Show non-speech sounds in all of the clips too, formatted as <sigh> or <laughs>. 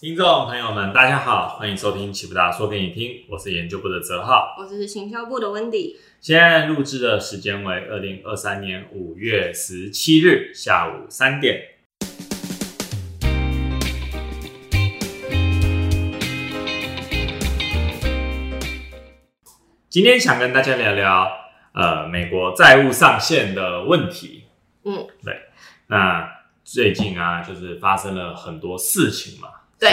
听众朋友们，大家好，欢迎收听《启不达说给你听》，我是研究部的泽浩。我是行销部的 Wendy。现在录制的时间为二零二三年五月十七日下午三点。今天想跟大家聊聊呃美国债务上限的问题。嗯，对。那最近啊，就是发生了很多事情嘛。对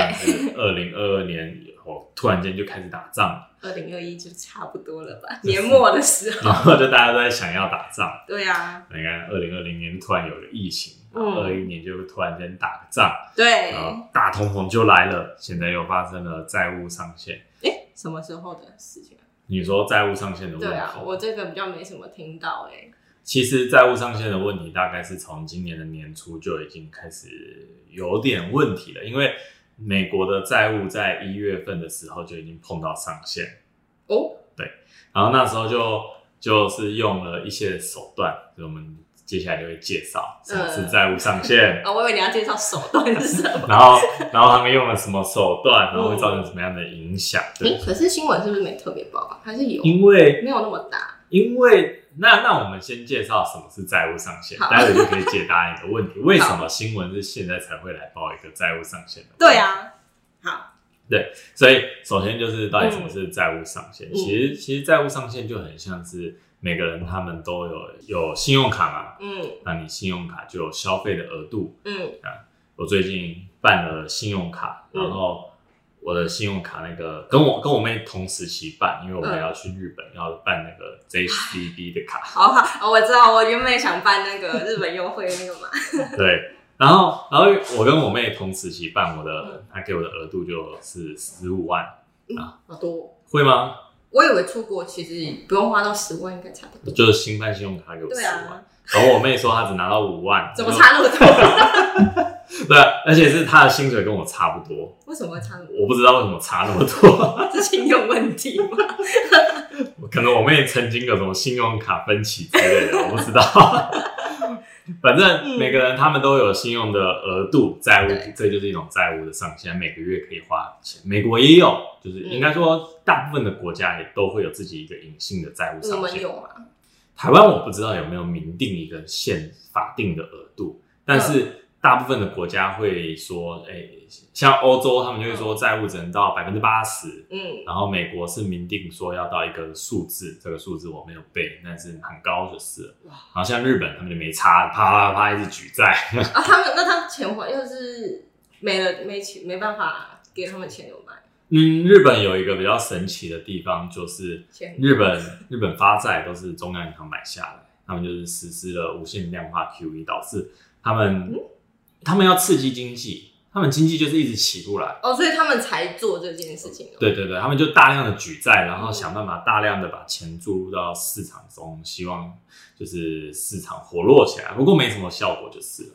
二零二二年以后，突然间就开始打仗了。二零二一就差不多了吧，是年末的时候。然后就大家都在想要打仗。对啊，你看，二零二零年突然有了疫情，嗯二一、年就突然间打个仗，对然，后大通膨就来了，现在又发生了债务上限。哎，什么时候的事情？啊你说债务上限的问题，对啊，我这个比较没什么听到哎。其实债务上限的问题大概是从今年的年初就已经开始有点问题了，因为美国的债务在一月份的时候就已经碰到上限，哦，然后那时候就就是用了一些手段，所以我们接下来就会介绍嗯什么是债务上限。啊，我以为你要介绍手段是什么。 <laughs> 然后，然后他们用了什么手段，然后会造成什么样的影响？ <laughs> 对哎，，可是新闻是不是没特别报啊？还是有？因为没有那么大。因为那那我们先介绍什么是债务上限，好待会就可以解答你的 <laughs> 问题。为什么新闻是现在才会来报一个债务上限的？对，啊，好，所以首先就是到底什么是债务上限？嗯其实其实债务上限就很像是每个人他们都有有信用卡嘛，嗯那你信用卡就有消费的额度，嗯我最近办了信用卡，嗯然后我的信用卡那个跟我跟我妹同时期办，因为我们嗯要去日本，要办那 <laughs> 个 JCB 的卡，好好，哦我知道，我原本也想办那个日本优惠那个嘛，对。然后，然后我跟我妹同时期办，我嗯的她给我的额度就是十五万，好多。会吗？我以为出国其实不用花到十万，应该差不多。就是新办信用卡给我对十万，啊，然后我妹说她只拿到五万，怎么差那么多？ <laughs> 我就？对，啊而且是她的薪水跟我差不多，为什么会差 <laughs> 那么我不知道为什么差那么多，多？是信用问题吗？可能我妹曾经有什么信用卡分歧之类的，我不知道。 <laughs> 反正嗯每个人他们都有信用的额度，债务对这就是一种债务的上限，每个月可以花钱。美国也有，就是嗯应该说大部分的国家也都会有自己一个隐性的债务嗯我上们限。有吗？台湾我不知道有没有明定一个宪法定的额度，但嗯是大部分的国家会说，哎、像欧洲他们就会说债务只能到百分之八十，嗯然后美国是明定说要到一个数字，这个数字我没有背，但是很高就是了。哇然后像日本他们就没差，啪啪啪一直举债， <laughs> 啊，他们那他们钱还要是没了没钱没办法给他们钱怎么办？嗯，日本有一个比较神奇的地方，就是钱日本日本发债都是中央银行买下来，他们就是实施了无限量化 QE，导致他们他们要刺激经济，他们经济就是一直起不来。哦，所以他们才做这件事情、哦。，对对对，他们就大量的举债，然后想办法大量的把钱注入到市场中，希望就是市场活络起来。不过没什么效果就是了。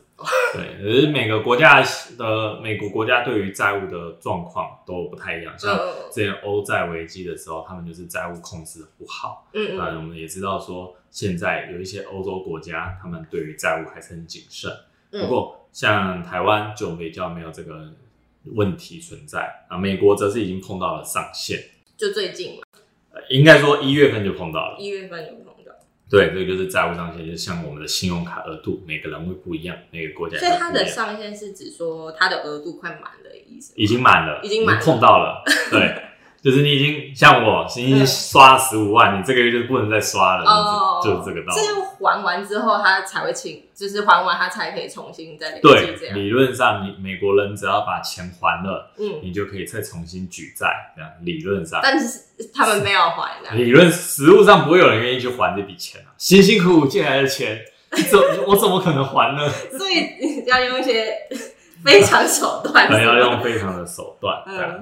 对，可是每个国家的美国国家对于债务的状况都不太一样，像嗯之前欧债危机的时候，他们就是债务控制的不好。嗯那我嗯们也知道说，现在有一些欧洲国家，他们对于债务还是很谨慎。不嗯，过像台湾就比较没有这个问题存在啊，美国则是已经碰到了上限，就最近嘛，呃应该说一月份就碰到了。一月份有碰到，对，这个就是债务上限，就像我们的信用卡额度，每个人会不一样，每个国家也所以会他不一的样上限是指说他的额度快满了，意思吗已经满了，已经满了碰到了， <laughs> 对。就是你已经像我，已经嗯刷十五万，你这个月就不能再刷了，哦，就是就是这个道理。是还完之后他才会请，就是还完他才可以重新再累积这对，样。理论上你美国人只要把钱还了，嗯，你就可以再重新举债，这样理论上。但是他们没有还啊的。理论实物上不会有人愿意去还这笔钱啊，辛辛苦苦借来的钱，你怎我怎么可能还 <laughs> 呢？所以要用一些 <laughs> 非常手段，可能要用非常的手段，嗯对啊。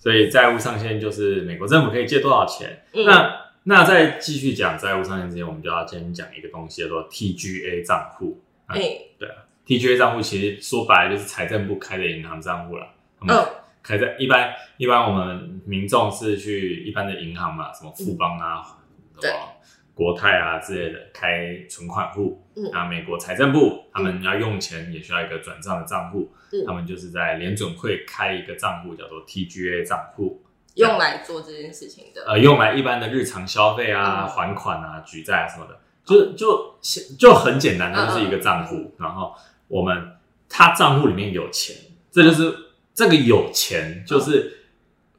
所以债务上限就是美国政府可以借多少钱。嗯那那在继续讲债务上限之前，我们就要先讲一个东西，叫做 TGA 账户。哎、 TGA 账户其实说白了就是财政部开的银行账户啦。他们嗯开在一般一般我们民众是去一般的银行嘛，什么富邦啊，对什么国泰啊之类的开存款户，嗯那美国财政部他们要用钱也需要一个转账的账户，嗯他们就是在联准会开一个账户叫做 TGA 账户，用来做这件事情的。呃，用来一般的日常消费啊、嗯还款啊、举债啊什么的，就就就很简单，它嗯就是一个账户。然后我们它账户里面有钱，这就是这个有钱，就是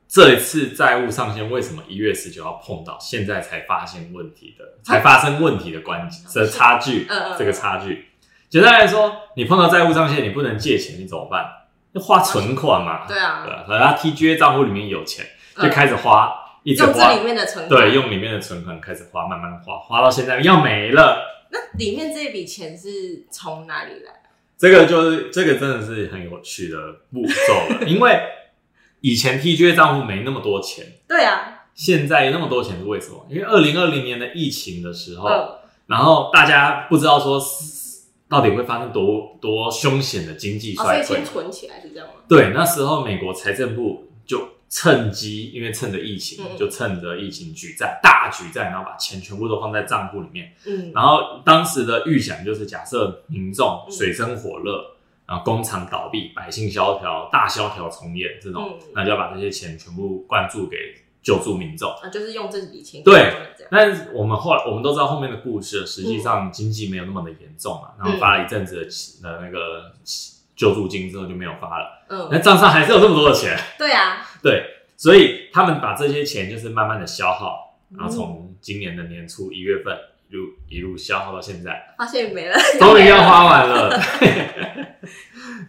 这一次债务上限为什么一月十九号碰到，现在才发现问题的，才发生问题的关的差距嗯嗯嗯，这个差距。简单来说，你碰到债务上限，你不能借钱，你怎么办？就花存款嘛。对啊对，所以他 TGA 账户里面有钱，就嗯开始花，一直用这花里，面的存款，对，用里面的存款开始花，慢慢花，花到现在要没了。那里面这笔钱是从哪里来？这个就是这个真的是很有趣的步骤了， <laughs> 因为以前 TGA 账户没那么多钱，对啊，现在有那么多钱是为什么？因为二零二零年的疫情的时候，嗯，然后大家不知道说到底会发生多多凶险的经济哦，所衰以退，先存起来是这样吗？对，那时候美国财政部就趁机，因为趁着疫情，嗯就趁着疫情举债，大举债，然后把钱全部都放在账户里面。嗯，然后当时的预想就是，假设民众嗯水深火热，然后工厂倒闭，百姓萧条，大萧条重演这种，嗯那就要把这些钱全部灌注给救助民众。啊，就是用这笔钱对这样，但是我们后来我们都知道后面的故事了，实际上经济没有那么的严重嗯嘛，然后发了一阵子的的那个救助金之后就没有发了，那嗯，账上还是有这么多的钱。对啊，对，所以他们把这些钱就是慢慢的消耗，然后从今年的年初一月份一路一路消耗到现在，发现没了， <laughs> 终于要花完了。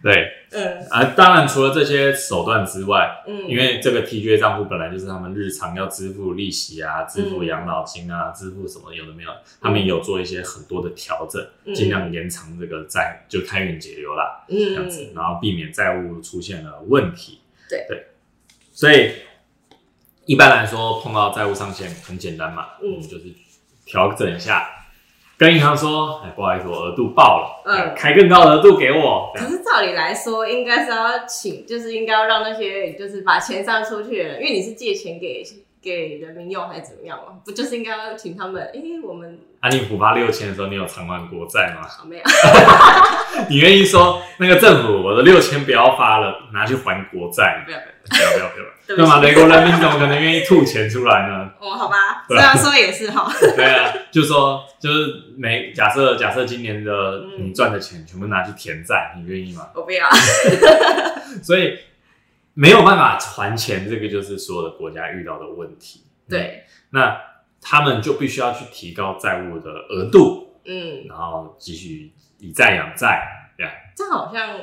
对， <laughs> 嗯啊，当然除了这些手段之外，嗯，因为这个 TJ 账户本来就是他们日常要支付利息啊、支付养老金啊、支付什么有的没有，他们也有做一些很多的调整，嗯尽量延长这个债就开源节流啦。这样子嗯，然后避免债务出现了问题。对对，所以一般来说，碰到债务上限很简单嘛，嗯嗯，就是调整一下，跟银行说，哎，不好意思，我额度爆了，哎嗯开更高的额度给我。这可样是照理来说，应该是要请，就是应该要让那些就是把钱散出去的人，因为你是借钱给给人民用还是怎么样嘛，不就是应该要请他们？诶、我们啊，你补发六千的时候，你有偿还国债吗？ <laughs> 好没啊有，你愿意说那个政府，我的六千不要发了，拿去还国债？不要不不要不要不要！ <laughs> 对不那起么美国人民怎么可能愿意吐钱出来呢？哦，好吧，对这啊样说也是哈， <laughs> <laughs> 对啊，就说就是每假设假设今年的嗯你赚的钱全部拿去填债，你愿意吗？我不要，所以没有办法还钱，这个就是所有的国家遇到的问题。嗯，对，那他们就必须要去提高债务的额度，嗯，然后继续以债养债，对啊。这好像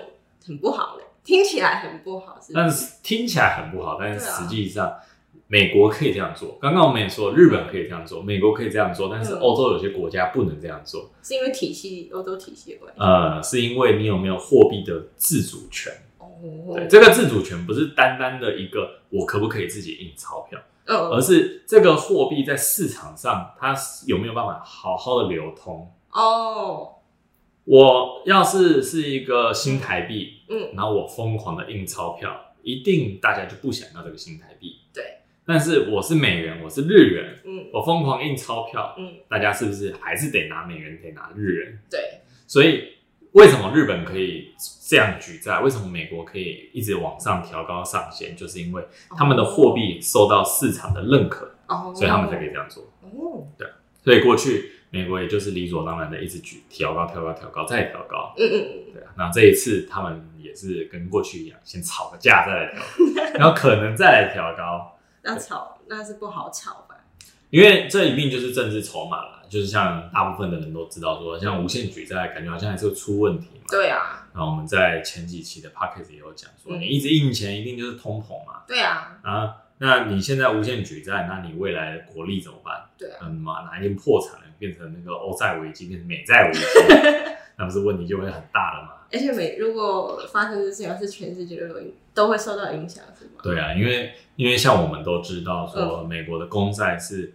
很不好呢，欸听起来很不好，是不但是？是听起来很不好，但是嗯对啊实际上。美国可以这样做，刚刚我们也说，日本可以这样做，美国可以这样做，但是嗯欧洲有些国家不能这样做。是因为体系欧洲体系的关系。呃，是因为你有没有货币的自主权？哦对，，这个自主权不是单单的一个我可不可以自己印钞票，而嗯，是这个货币在市场上它有没有办法好好的流通。哦，我要是是一个新台币，嗯，然后我疯狂的印钞票，一定大家就不想要这个新台币。对，但是我是美元，我是日元，嗯我疯狂印钞票，嗯，大家是不是还是得拿美元，得拿日元？对，所以为什么日本可以这样举债？为什么美国可以一直往上调高上限？就是因为他们的货币受到市场的认可，哦，所以他们才可以这样做。哦，所以过去美国也就是理所当然的一直举调高、调高、调高再调高。嗯嗯对啊，那这一次他们也是跟过去一样，先吵个架再来调，然后可能再来调高，嗯，那吵那是不好吵吧？因为这一定就是政治筹码了。就是像大部分的人都知道说，像无限举债，感觉好像还是会出问题嘛。对啊，然后我们在前几期的 p o c k e t 也有讲说，嗯你一直印钱一定就是通膨嘛对啊，啊，那你现在无限举债，那你未来的国力怎么办？对啊，嗯嘛，哪一天破产了，变成那个欧债危机，变成美债危 <laughs> 机，那不是问题就会很大了嘛？而且每如果发生这事情，是全世界都有影都会受到影响，是吗？对啊，因为因为像我们都知道说，嗯美国的公债是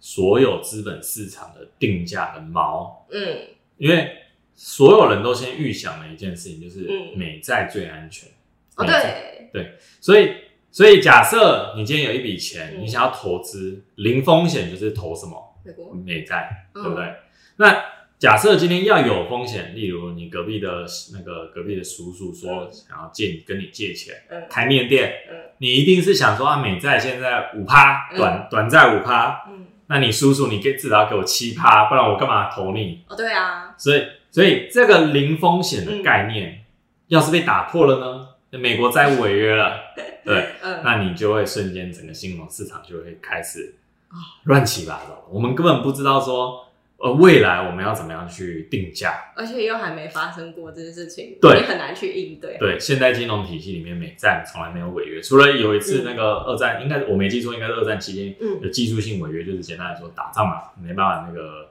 所有资本市场的定价的锚，嗯，因为所有人都先预想了一件事情，就是嗯美债最安全。哦美债对，所以，所以假设你今天有一笔钱，嗯你想要投资，零风险就是投什么美国，美债，嗯嗯对不对？那假设今天要有风险，例如你隔壁的那个隔壁的叔叔说嗯想要借你跟你借钱嗯开面店嗯，你一定是想说啊，美债现在五趴，嗯短短债五趴，嗯，那你叔叔你给至少要给我七趴，不然我干嘛投你？哦，对啊，所以所以这个零风险嗯的概念，要是被打破了呢？美国债务违约了，对，嗯，那你就会瞬间整个金融市场就会开始啊乱七八糟，我们根本不知道说呃未来我们要怎么样去定价。而且又还没发生过这件事情，对你很难去应对。对，现代金融体系里面美债从来没有违约，除了有一次那个二战，应该我没记错，应该是二战期间嗯有技术性违约，就是简单来说打仗嘛，没办法那个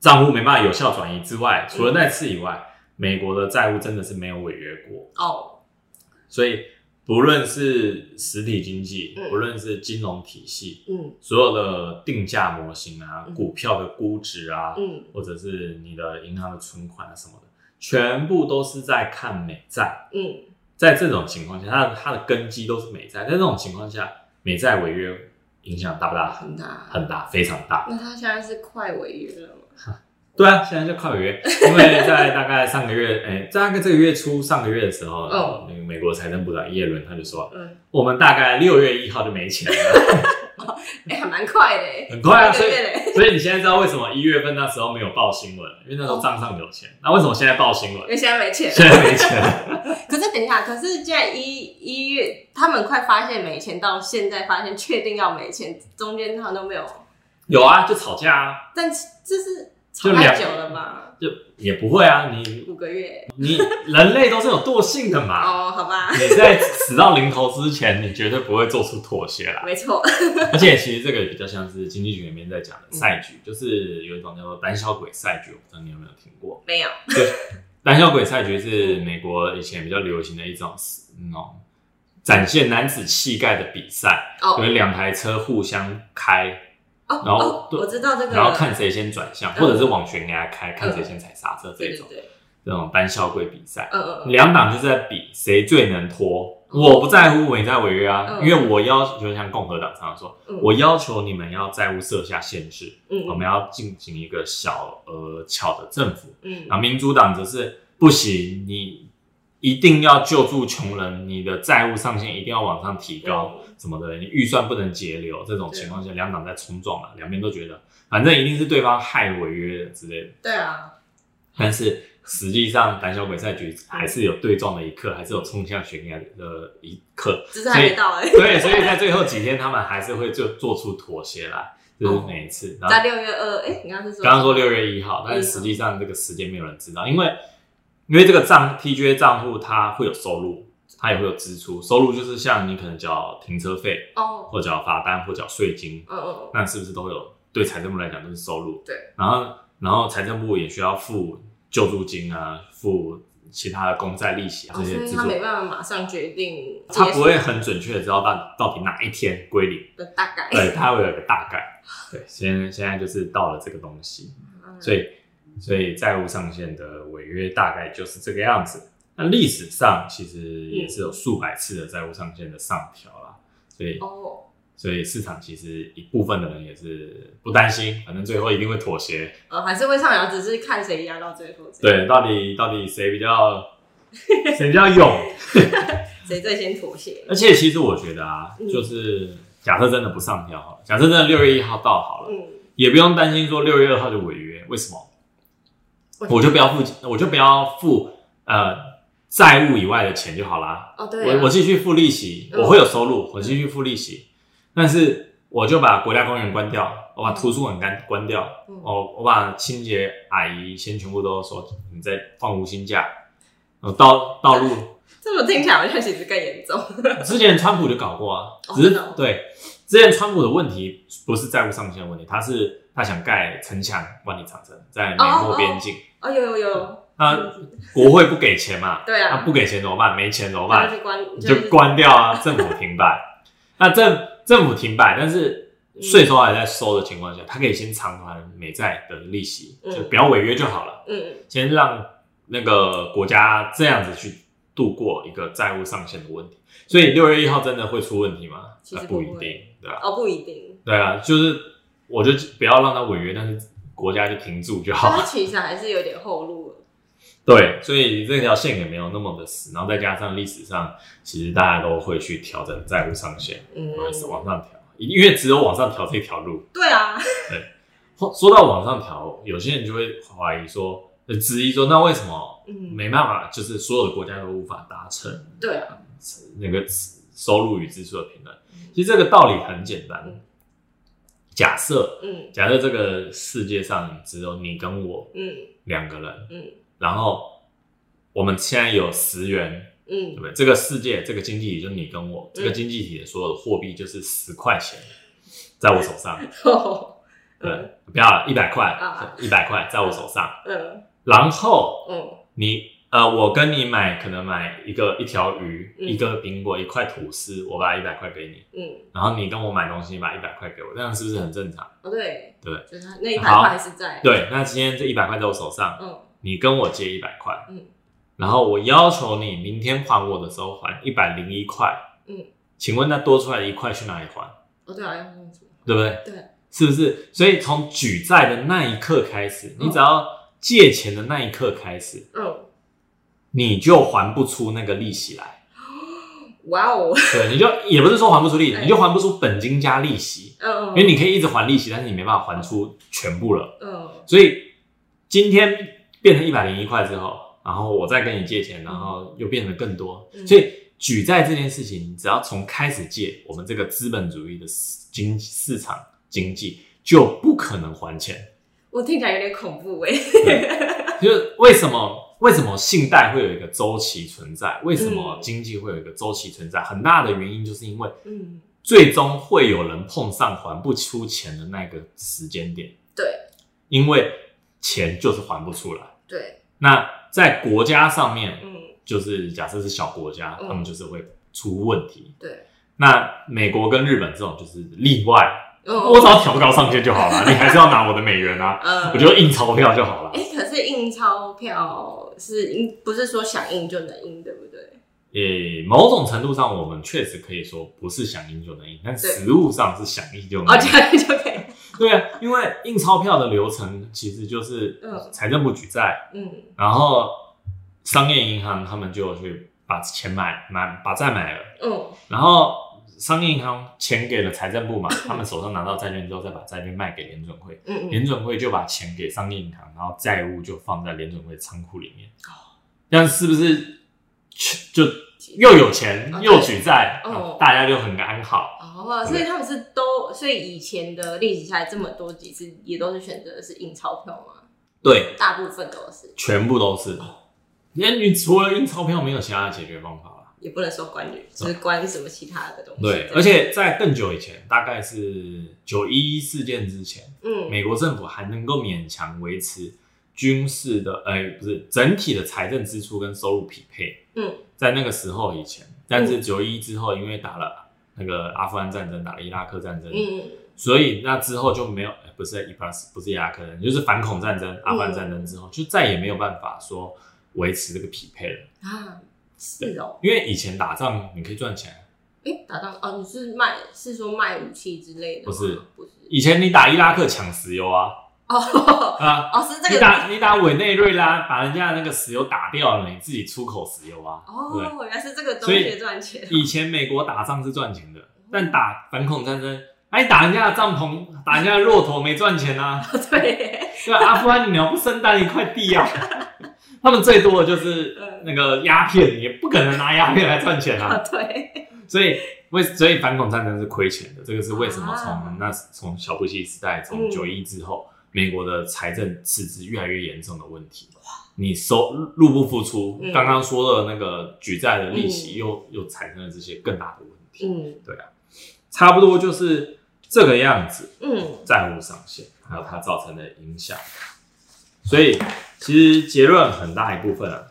账户没办法有效转移之外，除了嗯那次以外，美国的债务真的是没有违约过。哦，所以不论是实体经济，嗯不论是金融体系，嗯所有的定价模型啊嗯，股票的估值啊，嗯或者是你的银行的存款啊什么的，全部都是在看美债。嗯，在这种情况下，它的它的根基都是美债。在这种情况下，美债违约影响大不大？很大。很大，非常大。那他现在是快违约了吗？对啊，现在就快违 <laughs> 约，因为在大概上个月， <laughs> 哎、大概这个月初上个月的时候，嗯那个美国财政部长耶伦他就说，嗯，我们大概六月一号就没钱了，哎、还蛮快的、欸，很快啊！一个所以月嘞。所以你现在知道为什么一月份那时候没有报新闻，因为那时候账上有钱。那为什么现在报新因 <laughs> 闻？为现在没钱，现在没钱，可是等一下，可是现在一一月，他们快发现没钱，到现在发现确定要没钱，中间他们都没有，有啊，就吵架啊，但这是就吵太两久了嘛，就也不会啊。你五个月你人类都是有惰性的嘛。哦，好吧，你在死到临头之前，你绝对不会做出妥协啦。没错，而且其实这个比较像是经济学里面在讲的赛局，就是有一种叫做胆小鬼赛局，我不知道你有没有听过。没有，胆小鬼赛局是美国以前比较流行的一种那种展现男子气概的比赛，有哦两台车互相开，哦然后哦，对我知道这个，然后看谁先转向，嗯或者是往悬崖开，看谁先踩刹车这对对种对，这种胆小鬼比赛。嗯嗯嗯，两党就是在比谁最能拖。嗯我不在乎你在违约啊，因嗯为我要求像共和党常常说，嗯我要求你们要债务设下限制，嗯我们要进行一个小而巧的政府。嗯然后啊民主党则是不行，你一定要救助穷人，你的债务上限一定要往上提高，什么的，你预算不能节流。这种情况下，两党在冲撞嘛，两边都觉得反正一定是对方害违约的之类的。对啊，但是实际上，胆小鬼赛局还是有对撞的一刻，还是有冲向悬崖的一刻。只是还没到而已，对，所以在最后几天，他们还是会就做出妥协来，就是每一次。然后在六月二，哎、你刚刚是说啊刚刚说六月一号，但啊是实际上这个时间没有人知道，因为因为这个账 TGA 账户它会有收入，它也会有支出。收入就是像你可能缴停车费，哦，或缴罚单，或缴税金，嗯嗯那是不是都会有？对财政部来讲都是收入。对。然后然后财政部也需要付救助金啊，付其他的公债利息啊嗯，这哦所些以支他出。没办法马上决定结他不束会很准确的知道到到底哪一天归 <laughs> 零，的大概，对，他会有一个大概。对，现现在就是到了这个东西。嗯所以，所以债务上限的违约大概就是这个样子。那历史上其实嗯也是有数百次的债务上限的上调啦，所以，哦，所以市场其实一部分的人也是不担心，反正最后一定会妥协。呃，还是会上扬，只是看谁压到最后，，对，到底到底谁比较谁比较勇？ <laughs> 谁最先妥协，而且其实我觉得啊，嗯就是假设真的不上调好了，假设真的六月一号到好了，嗯，也不用担心说六月二号就违约，为什么？为什么我就不要付，我就不要付呃债务以外的钱就好啦。哦，对、啊，我我继续付利息，嗯我会有收入，我继续付利息，但是我就把国家公园关掉，我把图书馆关关掉，嗯我我把清洁阿姨先全部都说你在放无薪假，呃道道路 <laughs> 这么听起来好像其实更严重，之前川普就搞过啊，哦只真是、的哦对之前川普的问题不是债务上限的问题，他是他想盖城墙万里长城在美哦哦墨哦边境，哦，有有有，那、国会不给钱嘛，对那、啊，不给钱怎么办？没钱怎么办？然后啊就关，你就，关掉啊！ <laughs> 政府停摆，那政政府停摆，但是嗯税收还在收的情况下，他可以先偿还美债的利息，嗯就不要违约就好了。嗯，先让那个国家这样子去度过一个债务上限的问题。所以六月一号真的会出问题吗其？实呃不不会一定，对吧、哦，不一定，对啊，就是我就不要让它违约，但是国家就停住就好但 <laughs> 了。是其实还是有点后路了。对，所以这条线也没有那么的死，然后再加上历史上其实大家都会去调整债务上限，嗯，往上调，嗯因为只有往上调这条路。对啊，说说到往上调，有些人就会怀疑说，呃质疑说，那为什么嗯，没办法，就是所有的国家都无法达成对啊，那个收入与支出的平衡？其实这个道理很简单嗯。假设嗯假设这个世界上只有你跟我嗯两个人，嗯然后我们现在有十元对不嗯，对？这个世界，这个经济体就是你跟我，这个经济体的所有的货币就是十块钱，在我手上， <laughs> 嗯对，不要一百块啊，一百块在我手上。嗯然后嗯你呃，我跟你买，可能买一个一条鱼，嗯一个苹果，一块吐司，我把一百块给你，嗯，然后你跟我买东西，你把一百块给我，这样是不是很正常？哦对，对，就是他那一百好块还是在，对，那今天这一百块在我手上，嗯你跟我借一百块，嗯然后我要求你明天还我的时候还一百零一块，嗯，请问那多出来的一块去哪里还？哦对啊，要用什么？对不对？对，是不是？所以从举债的那一刻开始，你只要借钱的那一刻开始，嗯，你就还不出那个利息来。哇哦，对，你就也不是说还不出利息，对你就还不出本金加利息，嗯因为你可以一直还利息，但是你没办法还出全部了。嗯所以今天变成一百零一块之后，然后我再跟你借钱，然后又变得更多，嗯所以。举债这件事情，只要从开始借，我们这个资本主义的市经市场经济就不可能还钱。我听起来有点恐怖哎，就是为什么为什么信贷会有一个周期存在？为什么嗯经济会有一个周期存在？很大的原因就是因为嗯，最终会有人碰上还不出钱的那个时间点，对因为钱就是还不出来。 <laughs> 对，那在国家上面，嗯就是假设是小国家，嗯他们就是会出问题。对，那美国跟日本这种就是例外，嗯我只要调高上限就好了，你还是要拿我的美元啊，嗯我就印钞票就好了。哎，可是印钞票是印，不是说想印就能印，对不对？诶，呃某种程度上，我们确实可以说不是想赢就能赢，但对实物上是想赢就能哦，这赢。样就可以，对啊，因为印钞票的流程其实就是嗯财政部举债，嗯然后商业银行他们就去把钱买买把债买了，嗯然后商业银行钱给了财政部嘛，他们手上拿到债券之后再把债券卖给联准会，嗯嗯，联准会就把钱给商业银行，然后债务就放在联准会仓库里面。哦这样是不是就又有钱哦又举债，对啊哦大家就很安好？哦，所以他们是都，所以以前的历史下来这么多几次，也都是选择的是印钞票吗？对，大部分都是，全部都是。那哦你除了印钞票，没有其他的解决方法了。也不能说关于，只是关于什么其他的东西。啊对，而且在更久以前，大概是九一一事件之前，嗯美国政府还能够勉强维持军事的，呃，不是整体的财政支出跟收入匹配。嗯，在那个时候以前，但是九一之后，因为打了那个阿富汗战争，打了伊拉克战争，嗯所以那之后就没有，呃不是伊巴斯，不是伊拉克人，就是反恐战争、嗯阿富汗战争之后，就再也没有办法说维持这个匹配了。啊，是哦，因为以前打仗你可以赚钱，哎，打仗哦，你是卖是说卖武器之类的吗？不是不是以前你打伊拉克抢石油啊哦啊，哦是这你个打你打委内瑞拉，把人家的那个石油打掉了，你自己出口石油啊。哦，原来是这个东所以西赚钱以前美国打仗是赚钱的，嗯但打反恐战争，哎，打人家的帐篷，打人家的骆驼没赚钱啊。 <laughs> 哦，对，对，啊阿富汗鸟不生蛋一块地 <laughs> 啊。他们最多的就是那个鸦片，也不可能拿鸦片来赚钱哦啊。对， <laughs> 所以为所以反恐战争是亏钱的，这个是为什么啊从那从小布希时代，从嗯九一之后，美国的财政赤字越来越严重的问题。你收入不敷出，嗯刚刚说的那个举债的利息又又产生了这些更大的问题，嗯差不多就是这个样子。嗯债务上限，还有它造成的影响。所以其实结论很大一部分啊，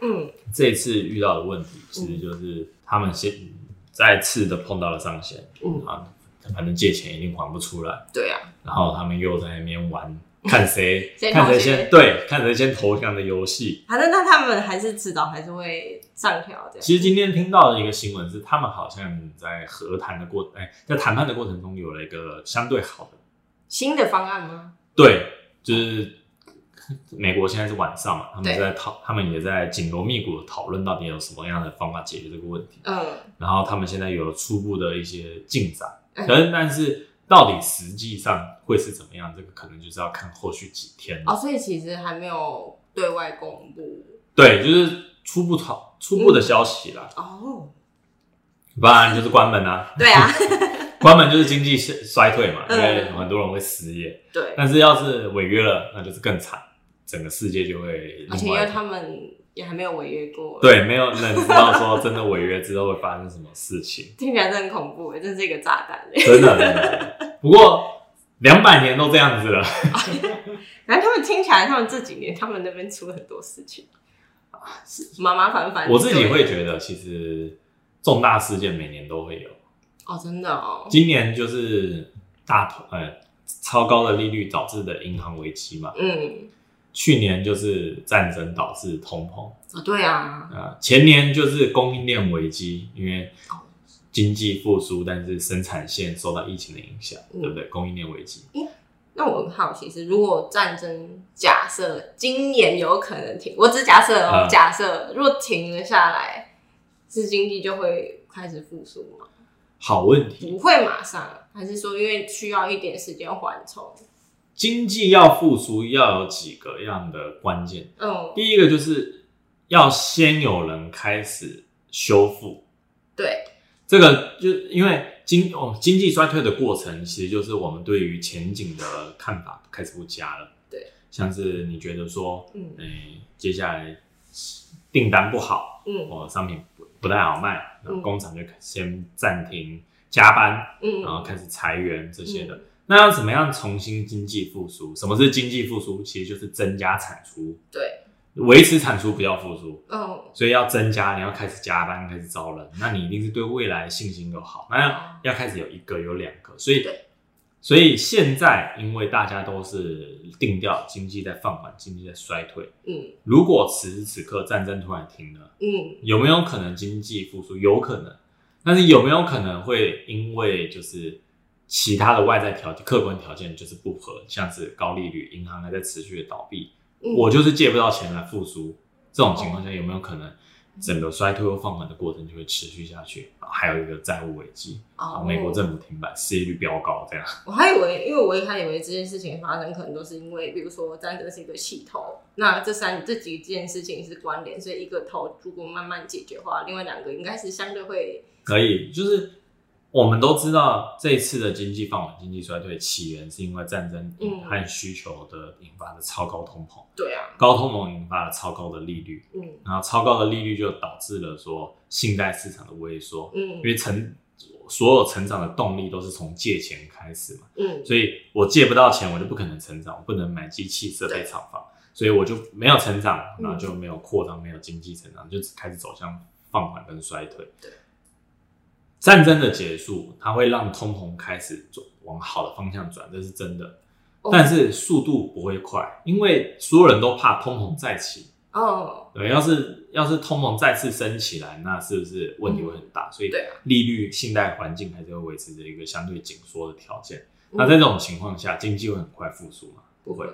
嗯这一次遇到的问题，其实就是他们先再次的碰到了上限嗯，啊，反正借钱一定还不出来，对啊，然后他们又在那边玩，看谁 <laughs> 先看投谁钱先对，看谁先投降的游戏。反正那他们还是迟早还是会上调这样。其实今天听到的一个新闻是，他们好像在和谈的过，哎，在谈判的过程中有了一个相对好的新的方案吗？对，就是美国现在是晚上嘛，他们对在讨，他们也在紧锣密鼓的讨论到底有什么样的方法解决这个问题。嗯，然后他们现在有初步的一些进展，嗯可是但是到底实际上会是怎么样，这个可能就是要看后续几天。哦，所以其实还没有对外公布对，就是初步讨初步的消息啦，哦。不然就是关门啊， <laughs> 对啊， <laughs> 关门就是经济衰衰退嘛，因嗯为很多人会失业。对，但是要是违约了，那就是更惨，整个世界就会而且另因外一为个。他们也还没有违约过，，对，没有人知道说真的违约之后会发生什么事情。听起来真的很恐怖耶，欸真是一个炸弹欸 <laughs> 耶。真的真的。不过两百年都这样子了，然后他们听起来，他们这几年他们那边出了很多事情，麻麻烦烦。啊我自己对会觉得，其实重大事件每年都会有。哦，真的哦，今年就是大头呃超高的利率导致的银行危机嘛，嗯，去年就是战争导致通膨哦对啊，啊、呃前年就是供应链危机，因为经济复苏，但是生产线受到疫情的影响，嗯对不对？供应链危机，那我很好奇是，如果战争假设今年有可能停，我只假设哦，嗯假设如果停了下来，是经济就会开始复苏吗？好问题。不会马上，还是说因为需要一点时间缓冲？经济要复苏，要有几个样的关键。嗯，第一个就是要先有人开始修复，对，这个就因为经哦经济衰退的过程，其实就是我们对于前景的看法开始不佳了。对，像是你觉得说，嗯诶、接下来订单不好，嗯我商品不不太好卖，然后嗯工厂就先暂停加班，嗯，然后开始裁员这些的。嗯那要怎么样重新经济复苏？什么是经济复苏？其实就是增加产出，对，维持产出不要复苏。嗯所以要增加，你要开始加班，开始招人，那你一定是对未来信心有好，那要开始有一个有两个，所以对所以现在因为大家都是定调经济在放缓，经济在衰退，嗯如果此时此刻战争突然停了，嗯，有没有可能经济复苏？有可能，但是有没有可能会因为就是其他的外在条客观条件就是不合，像是高利率、银行还在持续的倒闭，嗯哦我就是借不到钱来复苏，这种情况下有没有可能整个衰退或放缓的过程就会持续下去？然后还有一个债务危机，然哦啊后美国政府停摆，失业率飙高，这样我还以为，因为我一开始以为这件事情发生，可能都是因为，比如说战争是一个系统，那这三这几件事情是关联，所以一个头如果慢慢解决的话，另外两个应该是相对会，可以就是。我们都知道这一次的经济放缓、经济衰退起源是因为战争嗯和需求的引发的超高通膨，对啊，高通膨引发了超高的利率，嗯然后超高的利率就导致了说信贷市场的萎缩，因嗯为成所有成长的动力都是从借钱开始嘛，嗯所以我借不到钱，我就不可能成长，我不能买机器设备厂房，所以我就没有成长，嗯然后就没有扩张，没有经济成长，就开始走向放缓跟衰退对。战争的结束，它会让通膨开始转往好的方向转，这是真的哦。但是速度不会快，因为所有人都怕通膨再起。哦，对，要是要是通膨再次升起来，那是不是问题会很大？所以对啊利率、信贷环境还是会维持着一个相对紧缩的条件。嗯那在这种情况下，经济会很快复苏吗？不会，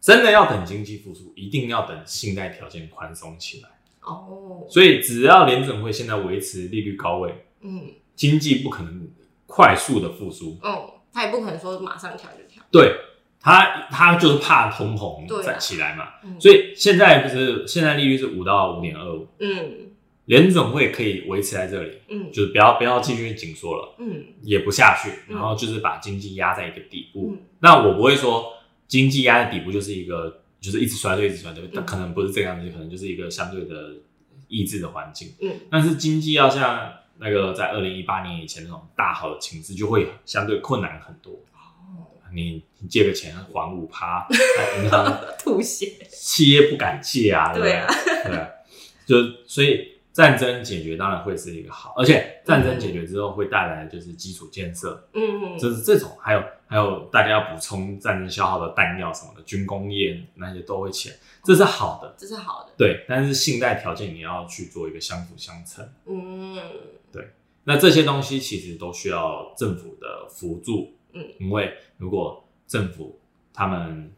真的要等经济复苏，一定要等信贷条件宽松起来。哦，所以，只要联准会现在维持利率高位，嗯经济不可能快速的复苏。嗯，他也不可能说马上调就调，对他，他就是怕通膨对啊再起来嘛。嗯所以现在不是现在利率是五到五点二五，嗯联准会可以维持在这里，嗯就是不要不要继续紧缩了。嗯也不下去，嗯然后就是把经济压在一个底部。嗯那我不会说经济压在底部就是一个就是一直衰退一直衰退，嗯但可能不是这个样子，可能就是一个相对的抑制的环境。嗯但是经济要像那个在二零一八年以前那种大好的情势，就会相对困难很多。哦，你你借个钱还五趴， <laughs> 那银行吐血，企业不敢借啊，对不对对？啊，对啊，就所以战争解决当然会是一个好，而且战争解决之后会带来就是基础建设，嗯就是这种，还有还有大家要补充战争消耗的弹药什么的，军工业那些都会起来，这是好的，这是好的，对。但是信贷条件你要去做一个相辅相成，嗯那这些东西其实都需要政府的辅助嗯，因为如果政府他们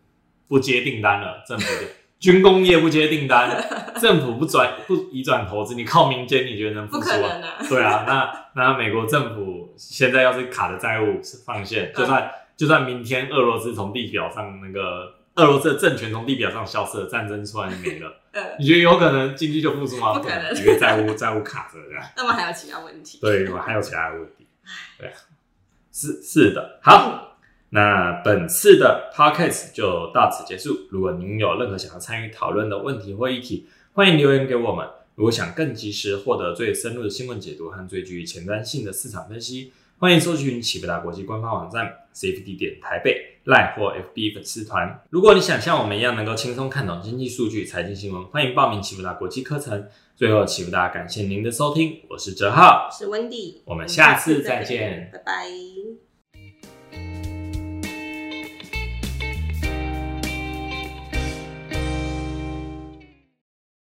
不接订单了，政 <laughs> 府就军工业不接订单，政府不转不移转投资，你靠民间，你觉得能复不苏可吗？能啊，对啊，那那美国政府现在要是卡的债务上限，嗯就算就算明天俄罗斯从地表上那个俄罗斯的政权从地表上消失了，战争突然没了，呃，你觉得有可能经济就复苏吗？啊不可能因为债务债务卡着这样。那么还有其他问题？对，我还有其他的问题。对啊，是是的，好。那本次的 podcast 就到此结束。如果您有任何想要参与讨论的问题或议题，欢迎留言给我们。如果想更及时获得最深入的新闻解读和最具前瞻性的市场分析，欢迎搜寻启北达国际官方网站 CFD 点台北赖或 FB 粉丝团。如果你想像我们一样能够轻松看懂经济数据、财经新闻，欢迎报名启北达国际课程。最后，启北达感谢您的收听，我是哲浩，是温蒂，我们下次再见拜拜。